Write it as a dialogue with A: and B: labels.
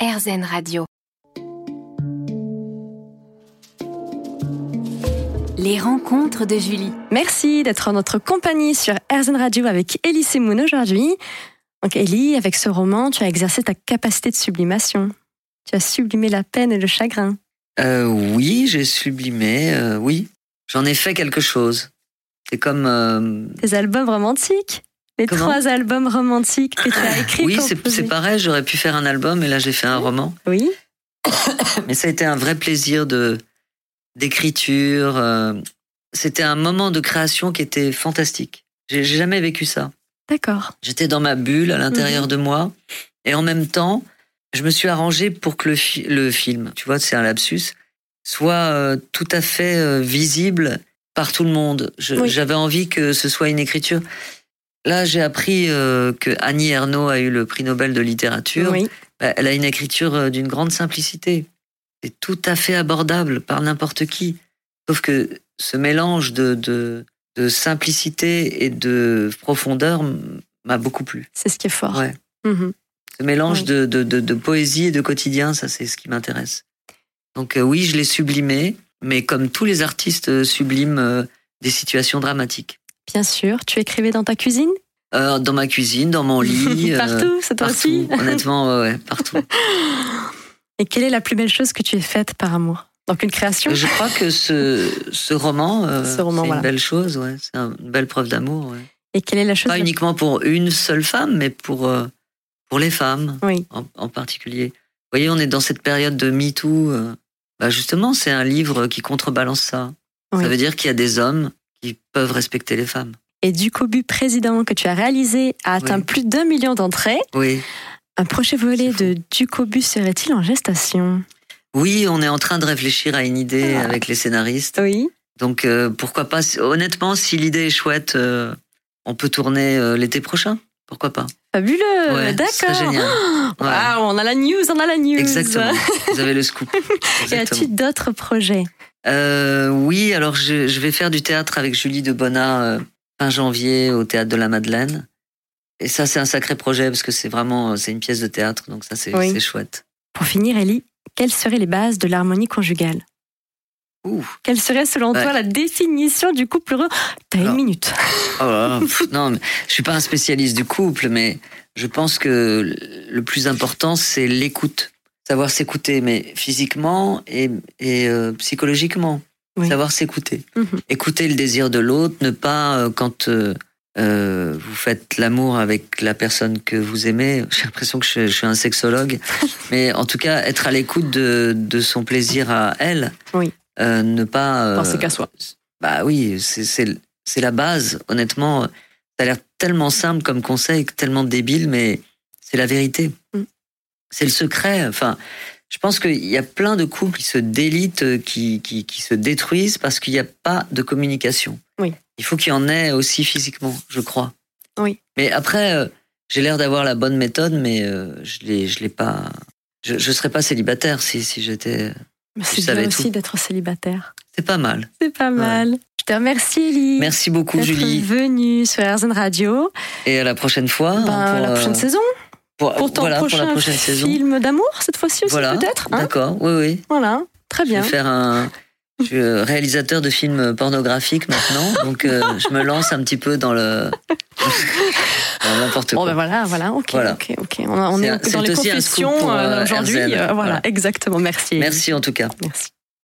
A: RZN Radio. Les rencontres de Julie.
B: Merci d'être en notre compagnie sur RZN Radio avec Elie Semoun aujourd'hui. Donc Elie, avec ce roman, tu as exercé ta capacité de sublimation. Tu as sublimé la peine et le chagrin.
C: Euh, oui, j'ai sublimé, euh, oui. J'en ai fait quelque chose. C'est comme... euh,
B: Tes albums romantiques Les
C: Comment Ah,
B: trois albums romantiques que tu as écrits.
C: oui, c'est-
B: composés.
C: c'est pareil, j'aurais pu faire un album et là j'ai fait un roman.
B: Oui,
C: Mais ça a été un vrai plaisir de d'écriture. euh, C'était un moment de création qui était fantastique. J'ai j'ai jamais vécu ça.
B: d'accord.
C: J'étais dans ma bulle à
B: Mhm.
C: l'intérieur de moi. Et en même temps, je me suis arrangé pour que le, fi- le film, tu vois, c'est un lapsus, soit euh, tout à fait euh, visible par tout le monde. Je-
B: Oui.
C: J'avais envie que ce soit une écriture. Là, j'ai appris euh, que Annie Ernaux a eu le prix Nobel de littérature.
B: Oui,
C: Bah, Elle a une écriture euh, d'une grande simplicité. C'est tout à fait abordable par n'importe qui. Sauf que ce mélange de, de, de simplicité et de profondeur m- m'a beaucoup plu.
B: c'est ce qui est fort.
C: Ouais.
B: Mhm.
C: Ce mélange
B: Ouais.
C: de, de, de, de poésie et de quotidien, ça c'est ce qui m'intéresse. Donc euh, oui, je l'ai sublimé, mais comme tous les artistes euh, subliment euh, des situations dramatiques.
B: Bien sûr, tu écrivais dans ta cuisine
C: Euh, dans ma cuisine, dans mon lit, euh,
B: Partout, c'est toi
C: partout.
B: aussi
C: Honnêtement, ouais, ouais, partout.
B: Et quelle est la plus belle chose que tu aies faite par amour Donc une création
C: Euh, Je crois que ce, ce roman, euh,
B: Ce roman,
C: c'est
B: voilà.
C: une belle chose, ouais. c'est un- une belle preuve d'amour. ouais.
B: Et quelle est la chose
C: Pas
B: la-
C: uniquement pour Ah, une seule femme, mais pour, euh, pour les femmes
B: Oui,
C: en, en particulier. Vous voyez, on est dans cette période de MeToo. Bah justement, c'est un livre qui contrebalance ça.
B: Oui.
C: Ça veut dire qu'il y a des hommes qui peuvent respecter les femmes.
B: Et du Cobu président que tu as réalisé a atteint
C: Oui.
B: plus d'un million d'entrées.
C: Oui.
B: Un prochain volet de Ducobu serait-il en gestation
C: Oui, on est en train de réfléchir à une idée
B: Ah.
C: avec les scénaristes.
B: Oui.
C: Donc euh, pourquoi pas si- Honnêtement, si l'idée est chouette, euh, on peut tourner euh, l'été prochain. Pourquoi pas
B: Fabuleux,
C: Ouais, ce serait
B: d'accord.
C: génial. Ouais.
B: Waouh, on a la news, on a la news.
C: Exactement. Vous avez le scoop.
B: Y
C: Exactement.
B: a-t-il d'autres projets
C: Euh, oui, alors je, je vais faire du théâtre avec Julie Debona euh, fin janvier au théâtre de la Madeleine. Et ça, c'est un sacré projet parce que c'est vraiment euh, c'est une pièce de théâtre, donc ça c'est
B: Oui.
C: c'est chouette.
B: Pour finir, Ellie, quelles seraient les bases de l'harmonie conjugale
C: Ouh.
B: Quelle serait selon
C: Ouais.
B: toi la définition du couple heureux T'as une
C: Alors,
B: minute.
C: Oh là là, pff, non, mais je suis pas un spécialiste du couple, mais je pense que le plus important c'est l'écoute, savoir s'écouter, mais physiquement et, et, euh, psychologiquement,
B: Oui.
C: savoir s'écouter.
B: Mhm.
C: écouter le désir de l'autre, ne pas, euh, quand euh, euh, vous faites l'amour avec la personne que vous aimez, j'ai l'impression que je, je suis un sexologue, mais en tout cas, être à l'écoute de, de son plaisir à elle,
B: Oui.
C: Euh, ne pas... euh,
B: Penser qu'à soi.
C: Bah oui, c'est- c'est c'est la base, honnêtement. Ça a l'air tellement simple comme conseil, tellement débile, mais c'est la vérité.
B: Mm.
C: C'est le secret. Enfin, je pense qu'il y a plein de couples qui se délitent, euh, qui, qui, qui se détruisent parce qu'il n'y a pas de communication.
B: Oui.
C: Il faut qu'il y en ait aussi physiquement, je crois.
B: Oui.
C: Mais après, euh, j'ai l'air d'avoir la bonne méthode, mais euh, je l'ai, je l'ai pas. Je, je serais pas célibataire si, si j'étais.
B: Mais
C: je
B: C'est
C: savais
B: bien aussi
C: tout.
B: d'être célibataire.
C: C'est pas mal.
B: C'est pas mal. Je te remercie, Ellie.
C: Merci beaucoup,
B: d'être
C: Julie.
B: venue sur RZN Radio.
C: Et à la prochaine fois.
B: ben,
C: hein, pour,
B: la prochaine
C: euh,
B: saison.
C: Pour,
B: Pour ton
C: voilà,
B: prochain
C: pour la prochaine saison.
B: film d'amour, cette fois-ci aussi,
C: Voilà.
B: peut-être. hein
C: D'accord, oui, oui.
B: voilà, très
C: Je vais
B: bien.
C: faire un. Je suis euh, réalisateur de films pornographiques maintenant, donc euh, je me lance un petit peu dans le. dans n'importe
B: Bon,
C: quoi.
B: ben voilà, voilà, ok,
C: Voilà.
B: ok, ok. On, a- on est,
C: C'est un-
B: dans
C: c'est
B: les
C: aussi un scoop
B: confessions
C: pour, euh,
B: euh, aujourd'hui.
C: RZN,
B: euh, voilà,
C: voilà.
B: exactement. Merci.
C: Merci en tout cas.
B: Merci.